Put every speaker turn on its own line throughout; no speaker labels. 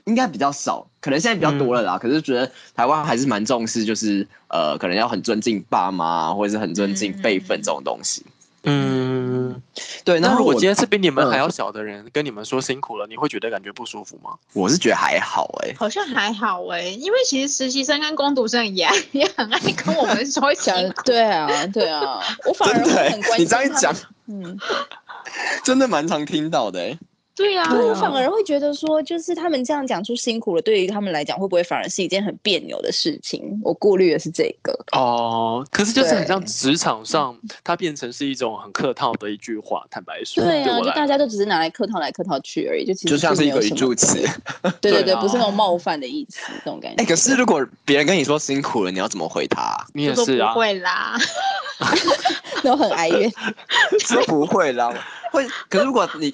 应该比较少，可能现在比较多了啦。可是觉得台湾还是蛮重视，就是呃，可能要很尊敬爸妈，或者是很尊敬辈分这种东西。
嗯，
对，
那
那
如果
我
今天是比你们
嗯
还要小的人跟你们说辛苦了，你会觉得感觉不舒服吗？
我是觉得还好哎、
好像还好哎、因为其实实习生跟工读生也也很爱跟我们说辛
讲
苦，
对啊，对啊，我反而
真的、
会
欸
很关，
你
心
这样一
他们
讲，
嗯，
真的蛮常听到的、欸。
对啊，
对我反而会觉得说，就是他们这样讲出辛苦了，对于他们来讲，会不会反而是一件很别扭的事情？我顾虑的是这个。
哦，可是就是很
对
像职场上，它变成是一种很客套的一句话。坦白说，
对啊，
我
就
来
大家都只是拿来客套来客套去而已，就其实
就像是一个
没有
语
什么
助词。
对对
对
对，
啊
不 是那种冒犯的意思，这种感
哎、
觉。
可是如果别人跟你说辛苦了，你要怎么回他、啊？
你
就
也
说
是啊
不，会啦，
都很哀 怨，
是不会啦， 会。可是如果你，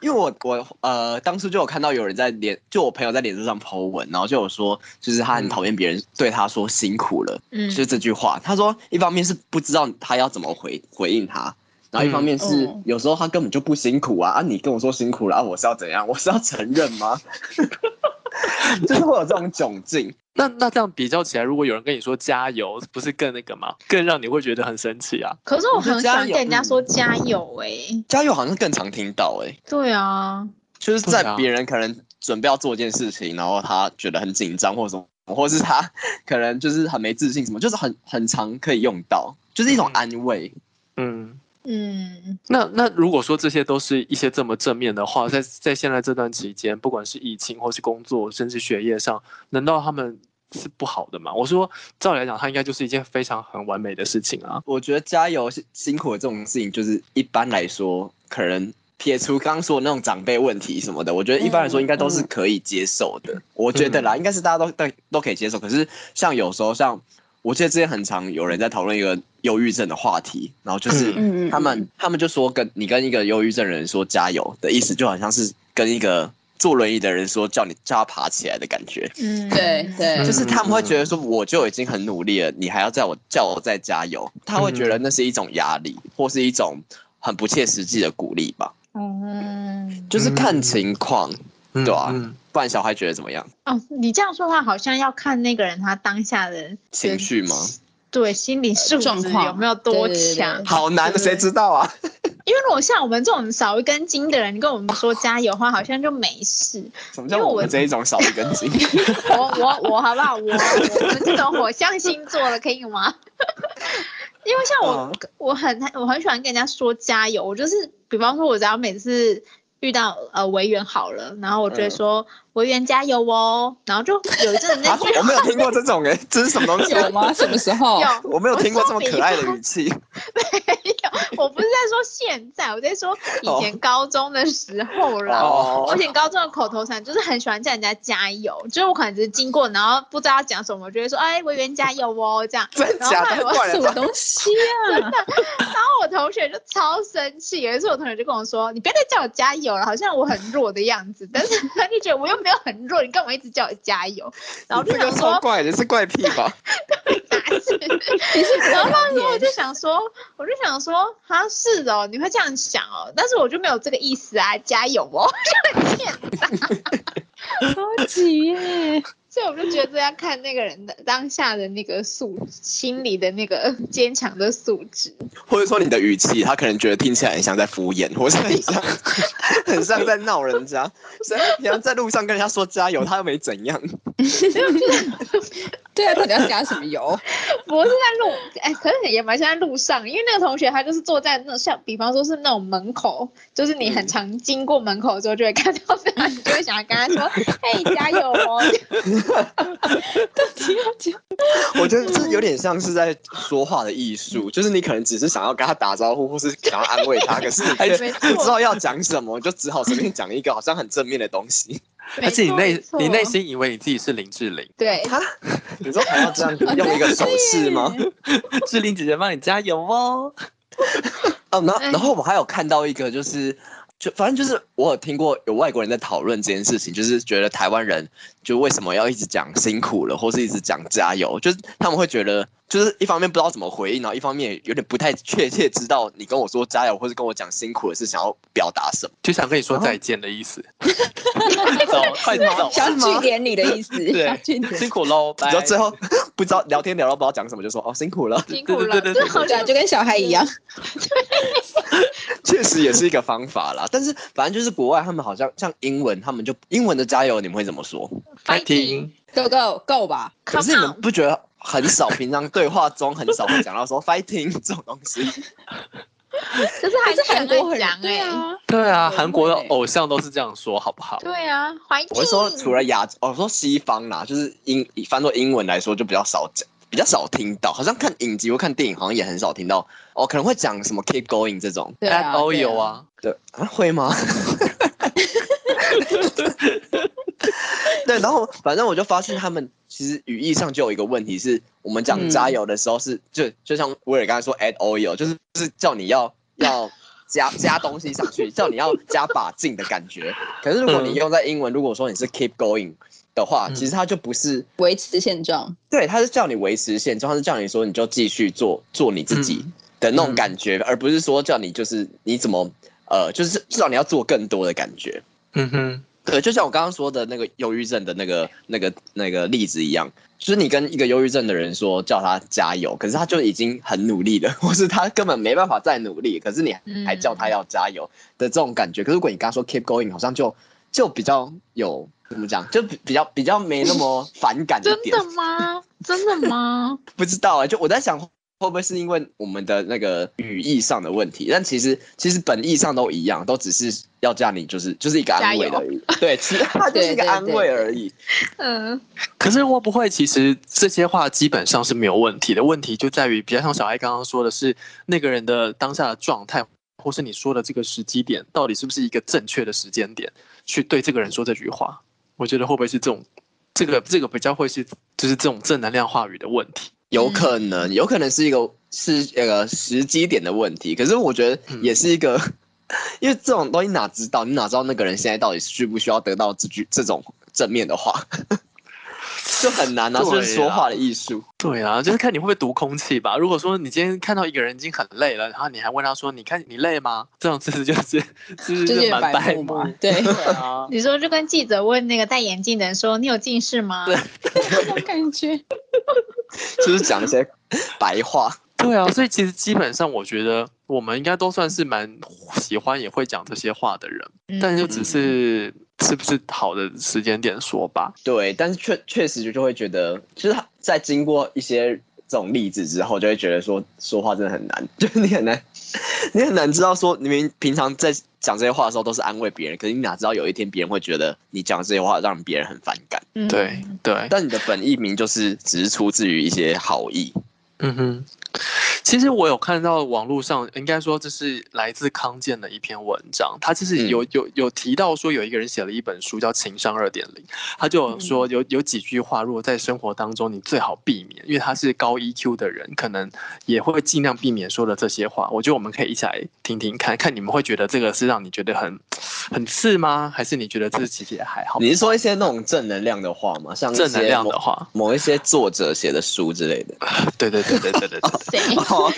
因为我我呃，当初就有看到有人在脸，就我朋友在脸书上 po 文，然后就有说，就是他很讨厌别人对他说辛苦了，
嗯，
就是这句话。他说一方面是不知道他要怎么回回应他。然后一方面是
嗯
有时候他根本就不辛苦啊，啊你跟我说辛苦了啊，我是要怎样？我是要承认吗？ 就是会有这种窘境，
那那这样比较起来，如果有人跟你说加油，不是更那个吗？更让你会觉得很生气啊？
可是我很喜欢
你说加油
跟人家说加油哎、
加油好像更常听到哎、欸
对啊，
就是
对啊
在别人可能准备要做一件事情，然后他觉得很紧张或什么，或是他可能就是很没自信什么，就是很很常可以用到，就是一种安慰。
嗯，
嗯，
那那如果说这些都是一些这么正面的话，在在现在这段期间，不管是疫情或是工作，甚至学业上，难道他们是不好的吗？我说，照理来讲，它应该就是一件非常很完美的事情啊。
我觉得加油辛辛苦的这种事情，就是一般来说，可能撇除刚刚说的那种长辈问题什么的，我觉得一般来说应该
嗯
都是可以接受的。我觉得啦，应该是大家都都都可以接受。可是像有时候像。我记得之前很常有人在讨论一个忧郁症的话题，然后就是
嗯嗯嗯
他们他们就说跟你跟一个忧郁症人说加油的意思，就好像是跟一个坐轮椅的人说叫你叫他爬起来的感觉。
嗯，
对对
就是他们会觉得说，我就已经很努力了，你还要叫我叫我再加油，他会
嗯
觉得那是一种压力，或是一种很不切实际的鼓励吧。
嗯，
就是看情况，
嗯，
对啊
嗯
不然小孩觉得怎么样？
哦，你这样说的话，好像要看那个人他当下的
情绪吗？
对心理素
状
质
况
有没有多
对对对
强。
好难的，
对
谁知道啊？
因为如果像我们这种少一根筋的人，你跟我们说加油的话，好像就没事。
什么叫我们这一种少一根筋？
我我我好不好？我我们这种火象星座的可以吗？ 因为像我，
嗯
我很我很喜欢跟人家说加油。我就是，比方说，我只要每次遇到呃维园好了，然后我就
嗯
会说维园加油哦，然后就有一阵子那
啊
句，
我没有听过这种哎、这是什么东西？
有吗？什么时候？
有，
我没有听过这么可爱的语气。
我不是在说现在，我在说以前高中的时候啦。我
哦
以，前高中的口头禅就是很喜欢叫人家加油，就是我可能只是经过，然后不知道要讲什么，我就会说哎，维园加油哦这样。
真假的？怪
什
了
么
吧？
东西啊？
然后我同学就超生气，有一次我同学就跟我说：“你不要再叫我加油了，好像我很弱的样子。”但是 他就觉得我又没有很弱，你干嘛一直叫我加油？然后我
这
就
个
想
超
说
怪的，是怪癖吧？
哪 是？然后当时我就想说，我就想说，哈是哦，你会这样想哦，但是我就没有这个意思啊，加油哦， 就很欠打。
超级耶！
所以我就觉得要看那个人的当下的那个素心理的那个坚强的素质。
或者说你的语气，他可能觉得听起来很像在敷衍，或是很 像很像在闹人家。所以你要在路上跟人家说加油，他又没怎样。
对啊，到底要加什么油？
不是在路，哎、可是也蛮像在路上，因为那个同学他就是坐在那种像，比方说是那种门口，就是你
嗯
很常经过门口的时候就会看到他，你就会想要跟他 说：“嘿，加油哦
我觉得这有点像是在说话的艺术，就是你可能只是想要跟他打招呼，或是想要安慰他，可是你 还
没错
不知道要讲什么，就只好随便讲一个好像很正面的东 西。
没
而且你
错
内
没
你内
错，
心以为你自己是林志玲
对，
你说还要这样用一个手势吗？
志玲姐姐帮你加油哦。
哦，然后
哎
然后我还有看到一个，就是就反正就是我有听过有外国人在讨论这件事情，就是觉得台湾人就为什么要一直讲辛苦了，或是一直讲加油，就是他们会觉得就是一方面不知道怎么回应，然后一方面也有点不太确切知道你跟我说加油，或是跟我讲辛苦的是想要表达什么。
就想跟你说再见的意思。
走，快走，
想据点你的意思，
对
想据点。
辛苦喽，拜
然后最后 不知道聊天聊到不知道讲什么，就说哦辛苦了，
辛苦
对
了，
对对对对
这好
对啊，
像
就跟小孩一样，
确实也是一个方法啦。但是反正就是国外他们好像像英文，他们就英文的加油你们会怎么说？
fighting，
够够够吧？
可是你们
Come on
不觉得很少，平常对话中很少会讲到说 fighting 这种东西。
可是还
可是韩国很
讲
对
哎，
啊，
对啊，
对
韩国的
对
偶像都是这样说，好不好？
对啊，怀疑
我是说除了亚，哦我说西方啦，就是英翻作英文来说就比较少讲，比较少听到。好像看影集或看电影，好像也很少听到。哦，可能会讲什么 keep going 这种。
对啊，
都
对
有。啊，
对啊，会吗？对，然后反正我就发现他们其实语义上就有一个问题是，我们讲
嗯
加油的时候是、就就像威尔刚才说 add oil，就是就是叫你要要加加东西上去，叫你要加把劲的感觉。可是如果你
嗯
用在英文，如果说你是 keep going 的话，其实它就不是
维持现状，
对，他是叫你维持现状，他是叫你说你就继续做做你自
嗯
己的
嗯
那种感觉，而不是说叫你就是你怎么呃，就是至少你要做更多的感觉。
嗯哼，
对，就像我刚刚说的那个忧郁症的那个那个那个例子一样，就是你跟一个忧郁症的人说叫他加油，可是他就已经很努力了， 或是他根本没办法再努力，可是你
嗯
还叫他要加油的这种感觉。可是如果你刚刚说 keep going，好像就就比较有怎么讲，就比比较比较没那么反感一
真
点
的。吗？真的吗？
不知道啊、就我在想会不会是因为我们的那个语义上的问题，但其实其实本意上都一样，都只是要叫你就是就是一个安慰
加油
而已， 对， 其他就是一个安慰而已。
嗯，
可是会不会其实这些话基本上是没有问题的？问题就在于比较像小爱刚刚说的是那个人的当下的状态，或是你说的这个时机点，到底是不是一个正确的时间点去对这个人说这句话？我觉得会不会是这种，这个这个比较会是就是这种正能量话语的问题？
有可
嗯
能，有可能是一个是那个时机点的问题，可是我觉得
嗯
也是一个， 因为这种东西哪知道，你哪知道那个人现在到底需不需要得到这句这种正面的话， 就很难啊，
对啊
就是说话的艺术。
对啊，就是看你会不会读空气吧。如果说你今天看到一个人已经很累了，然后你还问他说：“你看你累吗？”这种姿势就是 就是
就是是
蛮白
目
目
嘛。 对，
对啊，
你说就跟记者问那个戴眼镜的人说：“你有近视吗？”
这种感 觉。
就是讲一些白话，
对啊，所以其实基本上，我觉得我们应该都算是蛮喜欢也会讲这些话的人，
嗯
但就只是是不是好的时间点说吧。
对，但是确确实就就会觉得，就是在经过一些这种例子之后，就会觉得说说话真的很难， 就是你很难，你很难知道说，你们平常在讲这些话的时候都是安慰别人，可是你哪知道有一天别人会觉得你讲这些话让别人很反感，
嗯，
对对，
但你的本意名就是只是出自于一些好意，
嗯哼。其实我有看到网络上，应该说这是来自康健的一篇文章，他就是有有有提到说有一个人写了一本书叫《情商二点零》，他就有说有有几句话，如果在生活当中你最好避免，因为他是高 EQ 的人，可能也会尽量避免说的这些话。我觉得我们可以一起来听听看，看你们会觉得这个是让你觉得很很刺吗？还是你觉得这其实也还好？
你是说一些那种正能量的话吗？像一些
正能量的
某
话，
某一些作者写的书之类的。
对对对对对对对。
谁？
好，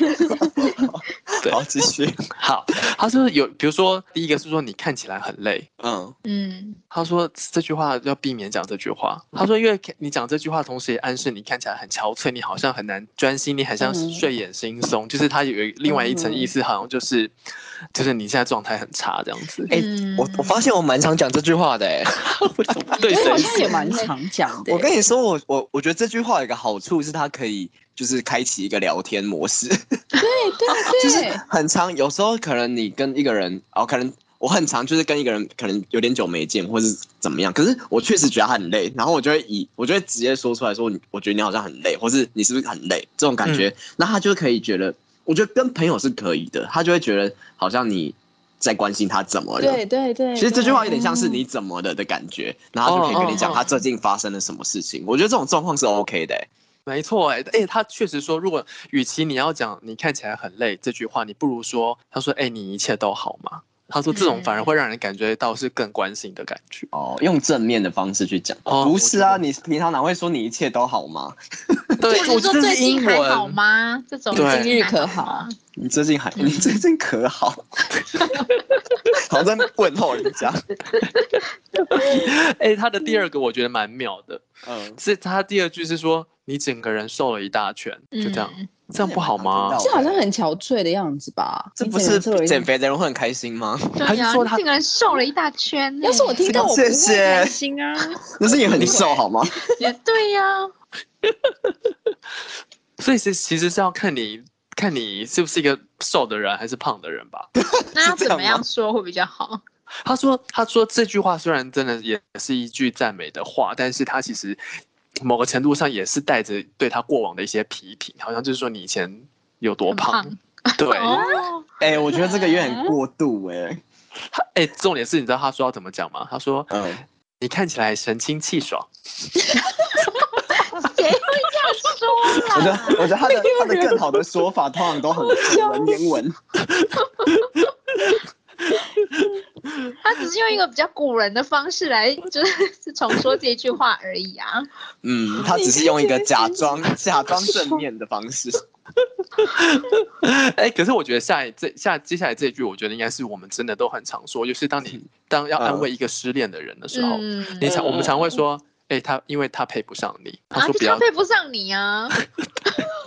对
好，继 续。
好，他说有，比如说第一个是说你看起来很累，
嗯，
嗯，
他说这句话要避免讲这句话。他说，因为你讲这句话，同时也暗示你看起来很憔悴，你好像很难专心，你很像
嗯
睡眼惺忪。就是他有一另外一层
嗯
意思，好像就是就是你现在状态很差这样子。
哎、
嗯
我我发现我蛮常讲这句话的、哎。
对
我好
谁？
像也蛮常讲的
我。跟你说，我我我觉得这句话有一个好处是，它可以就是开启一个聊天模 式，
对啊对
就是很长。有时候可能你跟一个人，哦，可能我很长就是跟一个人可能有点久没见，或是怎么样。可是我确实觉得他很累，然后我就会以我就会直接说出来说，你我觉得你好像很累，或是你是不是很累这种感觉，那他就可以觉得，我觉得跟朋友是可以的，他就会觉得好像你在关心他怎么了。
对对对对。哦
其实这句话有点像是你怎么了的感觉，然后他就可以跟你讲他最近发生了什么事情。我觉得这种状况是 OK 的、欸
没错，哎、哎，他确实说，如果与其你要讲你看起来很累这句话，你不如说，他说，哎、你一切都好吗？他说这
嗯
种反而会让人感觉到是更关心的感觉。
哦，用正面的方式去讲，
哦
不是啊？
我觉得
你平常哪会说你一切都好吗？
对，
或者
我
说
这
最
是
近
英文
还好吗？这种
你
对
嗯今日可好？
你最近还，
嗯
你最近可好？好像在问候人家。
哎、他的第二个我觉得蛮妙的，
嗯，
是他第二句是说你整个人瘦了一大圈，就这
嗯
样，这样不好吗？
这
这好像很憔悴的样子吧？
这
你
不
整个
是
人瘦了一
减肥的人会很开心吗？
对
还是
呀，
说
你
他
整个人瘦了一大圈哎呢。
要是我听到，我不
谢
会
谢
开心 啊！
那是你很瘦 好吗？
也对呀，
所以是其实是要看你看你是不是一个瘦的人还是胖的人吧。
那要
是
怎
这样
么
吗
样说会比较好？
他说他说这句话虽然真的也是一句赞美的话，但是他其实某个程度上也是带着对他过往的一些批评，好像就是说你以前有多胖，
很
对。
哦，
哎、我觉得这个有点过度哎、
他哎、重点是你知道他说要怎么讲吗？他说
嗯，
你看起来神清气爽，
谁会这样说
我觉得
啦？
我觉 得他的他的更好的说法通常都很文言文。
他只是用一个比较古人的方式来，就是 重说这句话而已啊。
嗯，他只是用一个假装假装正面的方式。
哎、可是我觉得下一这下接下来这一句，我觉得应该是我们真的都很常说，就是当你当要安慰一个失恋的人的时候，
嗯，
哦你常我们常会说，哎、他因为他配不上你，他
啊，
说
就
不
他
要。
配不上 你啊。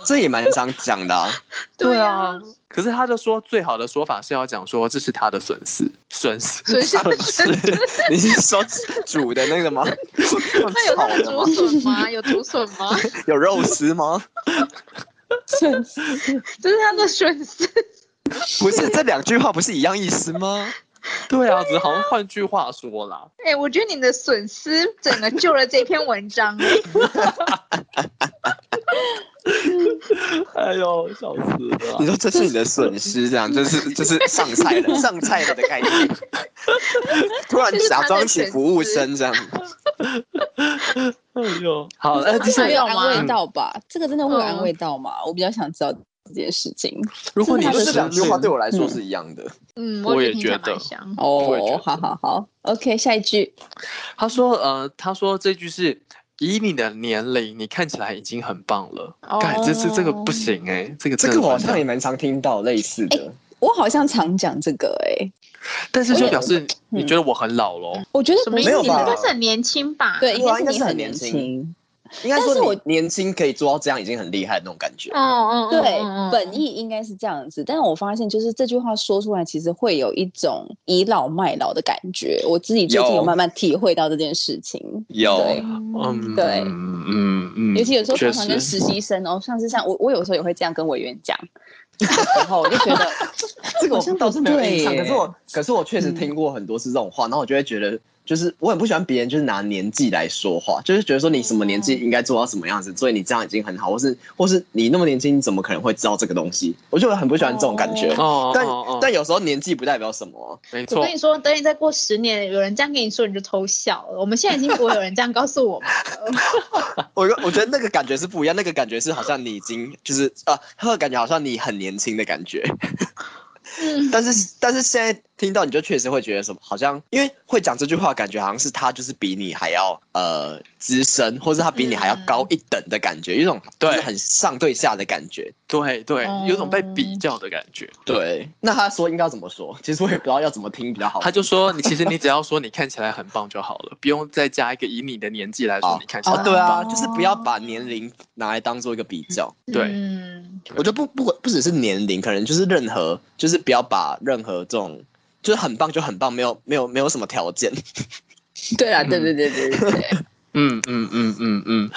这也蛮常讲的、啊，
对啊，
可是他就说最好的说法是要讲说这是他的损失，损失。
损失
不是？你是说煮的那个吗？
那有
有
那个
的吗
竹？笋吗？有竹笋吗？
有肉丝吗？
损失
这是他的损失。
不是，这两句话不是一样意思吗？
对啊，只是好像换句话说啦，
哎、我觉得你的损失整个救了这篇文章、
哎呦，笑死
你
了。
说这是你的损失，这样就是就是上菜了，上菜了的概念。突然假装起服务生这样，
哎呦，好，
呃
哎、
这
接
是
下来
他没有
会有
吗
安
嗯
慰到吧？这个真的会有安
嗯
慰到吗？我比较想知道这件事情。
如果你
这
就是
他
是这
的
两句话对
我，
我来说是一样的。
嗯，
我
我
也
听起来
觉得
蛮像。
我也觉
哦，
得
好好好，OK，下一句。
他说呃，他说这句是以你的年龄，你看起来已经很棒了。
哦
哎、这是这个不行哎、这个
这
真
个
的
我好
不
像
行
也蛮常听到类似的。
我好像常讲这个哎、
但是
我
就
也
表示你
嗯
觉得我很老咯。
我觉得
什
不
么意
是
思？啊
没有
你
吧
应该是很年轻吧？
对，应
对啊
该是
应该
你
是很
很
年
年
轻
轻。
应该
但是
说
我
你年轻可以做到这样已经很厉害的那种感觉。
嗯，嗯嗯，
对
嗯，
本意应该是这样子，但我发现就是这句话说出来，其实会有一种倚老卖老的感觉。我自己最近
有
有慢慢体会到这件事情，
有
对
嗯，
对
嗯嗯嗯，
尤其有时候
确
常常跟
实
实习生哦，像是像我，我有时候也会这样跟委员讲，然后我就觉得
这个
好
我
像
倒
不
是没有印象，
对
可是我可是我确实听过很多次这种话，然后我就会觉得，就是我很不喜欢别人就是拿年纪来说话，就是觉得说你什么年纪应该做到什么样子，所以你这样已经很好，或是或是你那么年轻，你怎么可能会知道这个东西？我就很不喜欢这种感觉。
哦，
但
哦哦
但有时候年纪不代表什么啊
没
我
错
跟，你说，等你再过十年，有人这样跟你说，你就偷笑了。我们现在已经不会有人这样告诉我们了。
啊，我我觉得那个感觉是不一样，那个感觉是好像你已经就是啊，那个感觉好像你很年轻的感觉。
嗯，
但是但是现在听到你就确实会觉得什么，好像因为会讲这句话，感觉好像是他就是比你还要呃资深，或是他比你还要高一等的感觉，有一种
对
就是很上对下的感觉。
对对，有种被比
嗯
较的感觉。
对，那他说应该要怎么说？其实我也不知道要怎么听比较好。
他就说，你其实你只要说你看起来很棒就好了，不用再加一个以你的年纪来说
哦
你看起来
哦，
很
对
棒。
啊，就是不要把年龄拿来当做一个比较。
对
嗯
我觉得不不管不只是年龄，可能就是任何，就是不要把任何这种。就是很棒就很棒，没有没有没有什么条件。
对啦，对对对对对对，
嗯嗯嗯嗯嗯。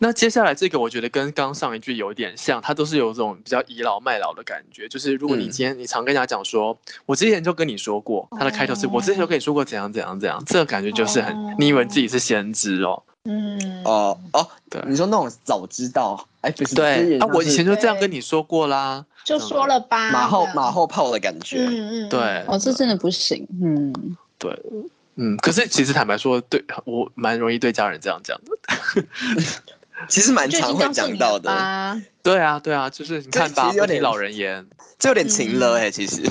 那接下来这个，我觉得跟刚上一句有一点像，它都是有一种比较倚老卖老的感觉。就是如果你
嗯
今天你常跟人家讲说，我之前就跟你说过，它的开头是我之前就跟你说过怎样怎样怎样，这个感觉就是很，你以为自己是先知哦。
嗯，
哦哦，
对
你说那种早知道，哎，不是，就是
对
有点
啊，我
像
以
是
前就这样跟你说过啦。
就说了吧。
马后
这样
马，后炮的感觉。
啊嗯嗯，
对
哦，这真的不行，嗯，
对，嗯，可是其实坦白说，对我蛮容易对家人这样讲的。
其实蛮
就已
常
经
会
告诉
讲
你
到
了
的，
吧。
对啊，对啊，就是你看吧，
其实有
不听
点
老人言。
这有点情了哎、其实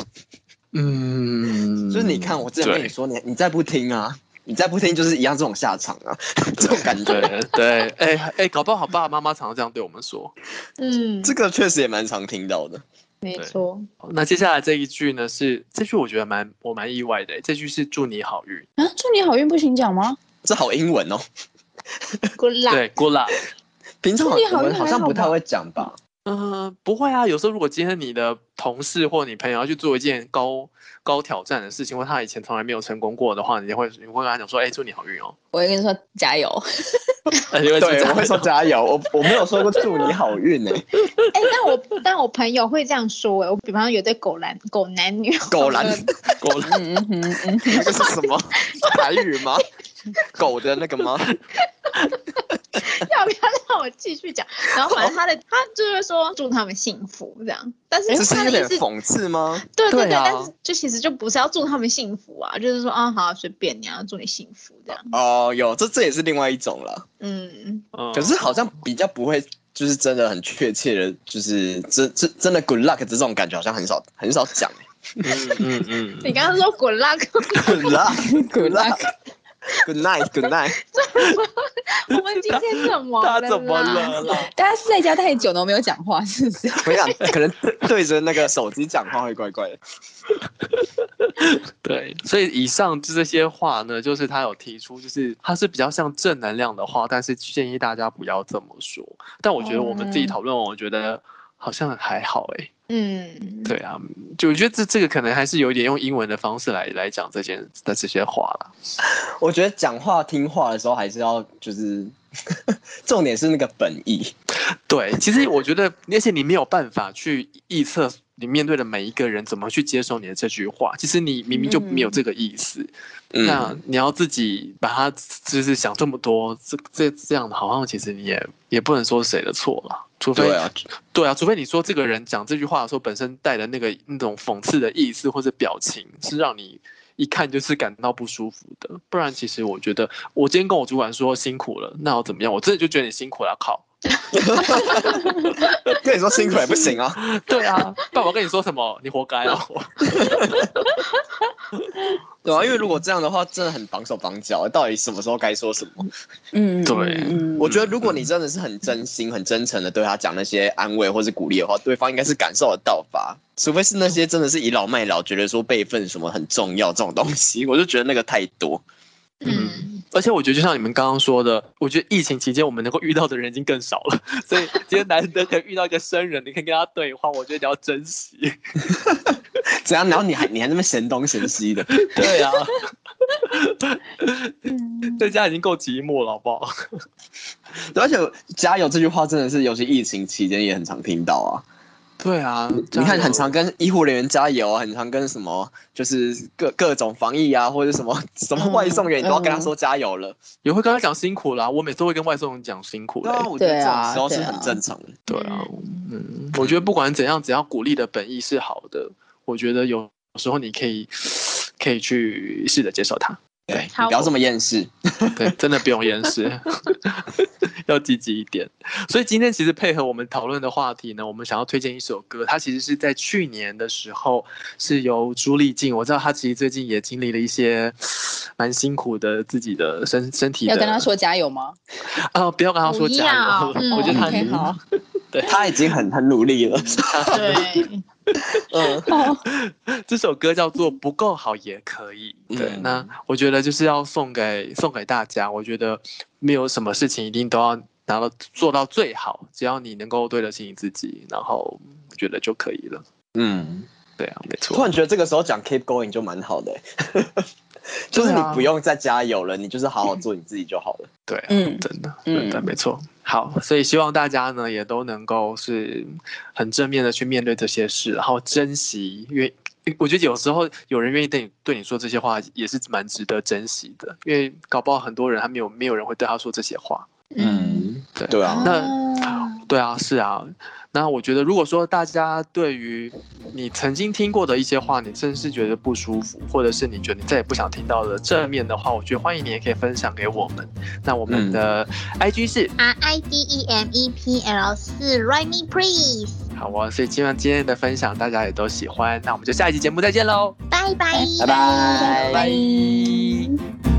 嗯，
嗯就是你看我之前跟你说，你你再不听啊，你再不听就是一样这种下场啊， 这种感觉。
对对，哎、哎、搞不好爸爸妈妈常常这样对我们说。
嗯，
这个确实也蛮常听到的。
没错，
好那接下来这一句呢，是这句我觉得蛮我蛮意外的、欸这句是祝你好运，
啊，祝你好运不行讲吗？
这好英文哦，
滚啦！
对，good luck。
平常
祝你好
我
运
们好像
还好
不太
吧
会讲吧？
嗯，不会啊。有时候如果今天你的同事或你朋友要去做一件高高挑战的事情，或他以前从来没有成功过的话，你就会你会跟他讲说：“哎、祝你好运哦。
我会跟你说加油。
哎你会说
对，
加
我会
油
说加油，我我没有说过祝你好运呢、欸
哎、但我但我朋友会这样说、欸，我比方有对狗男狗男女，
狗男，
狗啦
嗯哼嗯哼，
那个是什么台语吗？狗的那个吗？
哎要不要让我继续讲？然后反正他的他就是说祝他们幸福这样，但
这
是
是
他
有
的
点
意思，
讽刺吗？
对对
对啊
但是就其实就不是要祝他们幸福啊，就是说啊好随便你啊，祝你幸福这样，
哦，有，这这也是另外一种了。
嗯，
嗯
可是好像比较不会，就是真的很确切的，就是真真真的 good luck 这种感觉，好像很少很少讲、
嗯嗯 嗯，
你刚刚说滚啦，
good luck
Good
good luck good night good night，
我们今天怎 么
他
了
怎么
啦
了啦？
大家是在家太久了，没有讲话，是不是？
我想可能对着那个手机讲话会怪怪的。
对，所以以上这这些话呢，就是他有提出，就是他是比较像正能量的话，但是建议大家不要这么说。但我觉得我们自己讨论，我觉得好像还好哎、
嗯，
对啊，就我觉得这这个可能还是有一点用英文的方式来来讲这件的这些话啦。
我觉得讲话听话的时候还是要就是 重点是那个本意。
对，其实我觉得，而且你没有办法去预测你面对的每一个人怎么去接受你的这句话。其实你明明就没有这个意思，
嗯
那你要自己把它就是想这么多，这这这样的，好像其实你也也不能说谁的错了，除非
对啊，
对啊除非你说这个人讲这句话的时候本身带的那个那种讽刺的意思或者表情是让你。一看就是感到不舒服的，不然其实我觉得，我今天跟我主管说辛苦了，那又怎么样？我真的就觉得你辛苦了，靠！
跟你说辛苦也不行啊。
对啊，爸爸跟你说什么，你活该哦。
对啊，因为如果这样的话，真的很绑手绑脚。到底什么时候该说什么？
嗯，
对
嗯
我觉得，如果你真的是很真心、很真诚的对他讲那些安慰或是鼓励的话，对方应该是感受得到吧？除非是那些真的是倚老卖老，觉得说辈分什么很重要这种东西，我就觉得那个太多。
嗯，
而且我觉得，就像你们刚刚说的，我觉得疫情期间我们能够遇到的人已经更少了，所以今天难得可以遇到一个生人，你可以跟他对话，我觉得你要珍惜。
怎样？然后你还你还那么嫌东嫌西的，
对啊， 在家已经够寂寞了，好不好？
对而且“加油”这句话真的是，尤其疫情期间也很常听到啊。
对啊，
你看，很常跟医护人员加油啊，很常跟什么就是各各种防疫啊，或者什么什么外送员，你都要跟他说加油了。
也会跟他讲辛苦啦。我每次都会跟外送人讲辛苦嘞
对。啊，我觉得
对
这种
啊
时候是
对啊
很正常的。
对啊，嗯，我觉得不管怎样，只要鼓励的本意是好的，我觉得有时候你可以可以去试着接受它。
对，啊
好
不要这么厌世。
对，真的不用掩饰， 要积极一点。所以今天其实配合我们讨论的话题呢，我们想要推荐一首歌，它其实是在去年的时候是由朱丽静，我知道她其实最近也经历了一些蛮辛苦的自己的身身体的，
要跟他说加油吗？
啊、不要跟她说
不
加油
要，嗯
我觉得她
OK 好，
他已经很很努力了。
对，
嗯，
这首歌叫做《不够好也可以》。
嗯
对，那我觉得就是要送给送给大家。我觉得没有什么事情一定都要拿到做到最好，只要你能够对得起你自己，然后我觉得就可以了。
嗯，
对啊，没
突
错。
然觉得这个时候讲 keep going 就蛮好的、欸 就是你
对啊
不用再加油了，你就是好好做你自己就好了。
对啊，
嗯
真的，
嗯
真的没错。好，所以希望大家呢也都能够是很正面的去面对这些事，然后珍惜愿。我觉得有时候有人愿意对你对你说这些话，也是蛮值得珍惜的，因为搞不好很多人他没有没有人会对他说这些话。
嗯，
对
对啊，
那对啊，是啊。那我觉得，如果说大家对于你曾经听过的一些话，你真是觉得不舒服，或者是你觉得你再也不想听到的正面的话，我觉得欢迎你也可以分享给我们。那我们的 IG 是、
R I D E M E P L 四 Ride Me Please，
好哦，所以希望今天的分享大家也都喜欢。那我们就下一期节目再见喽，
拜拜，
拜拜。
拜。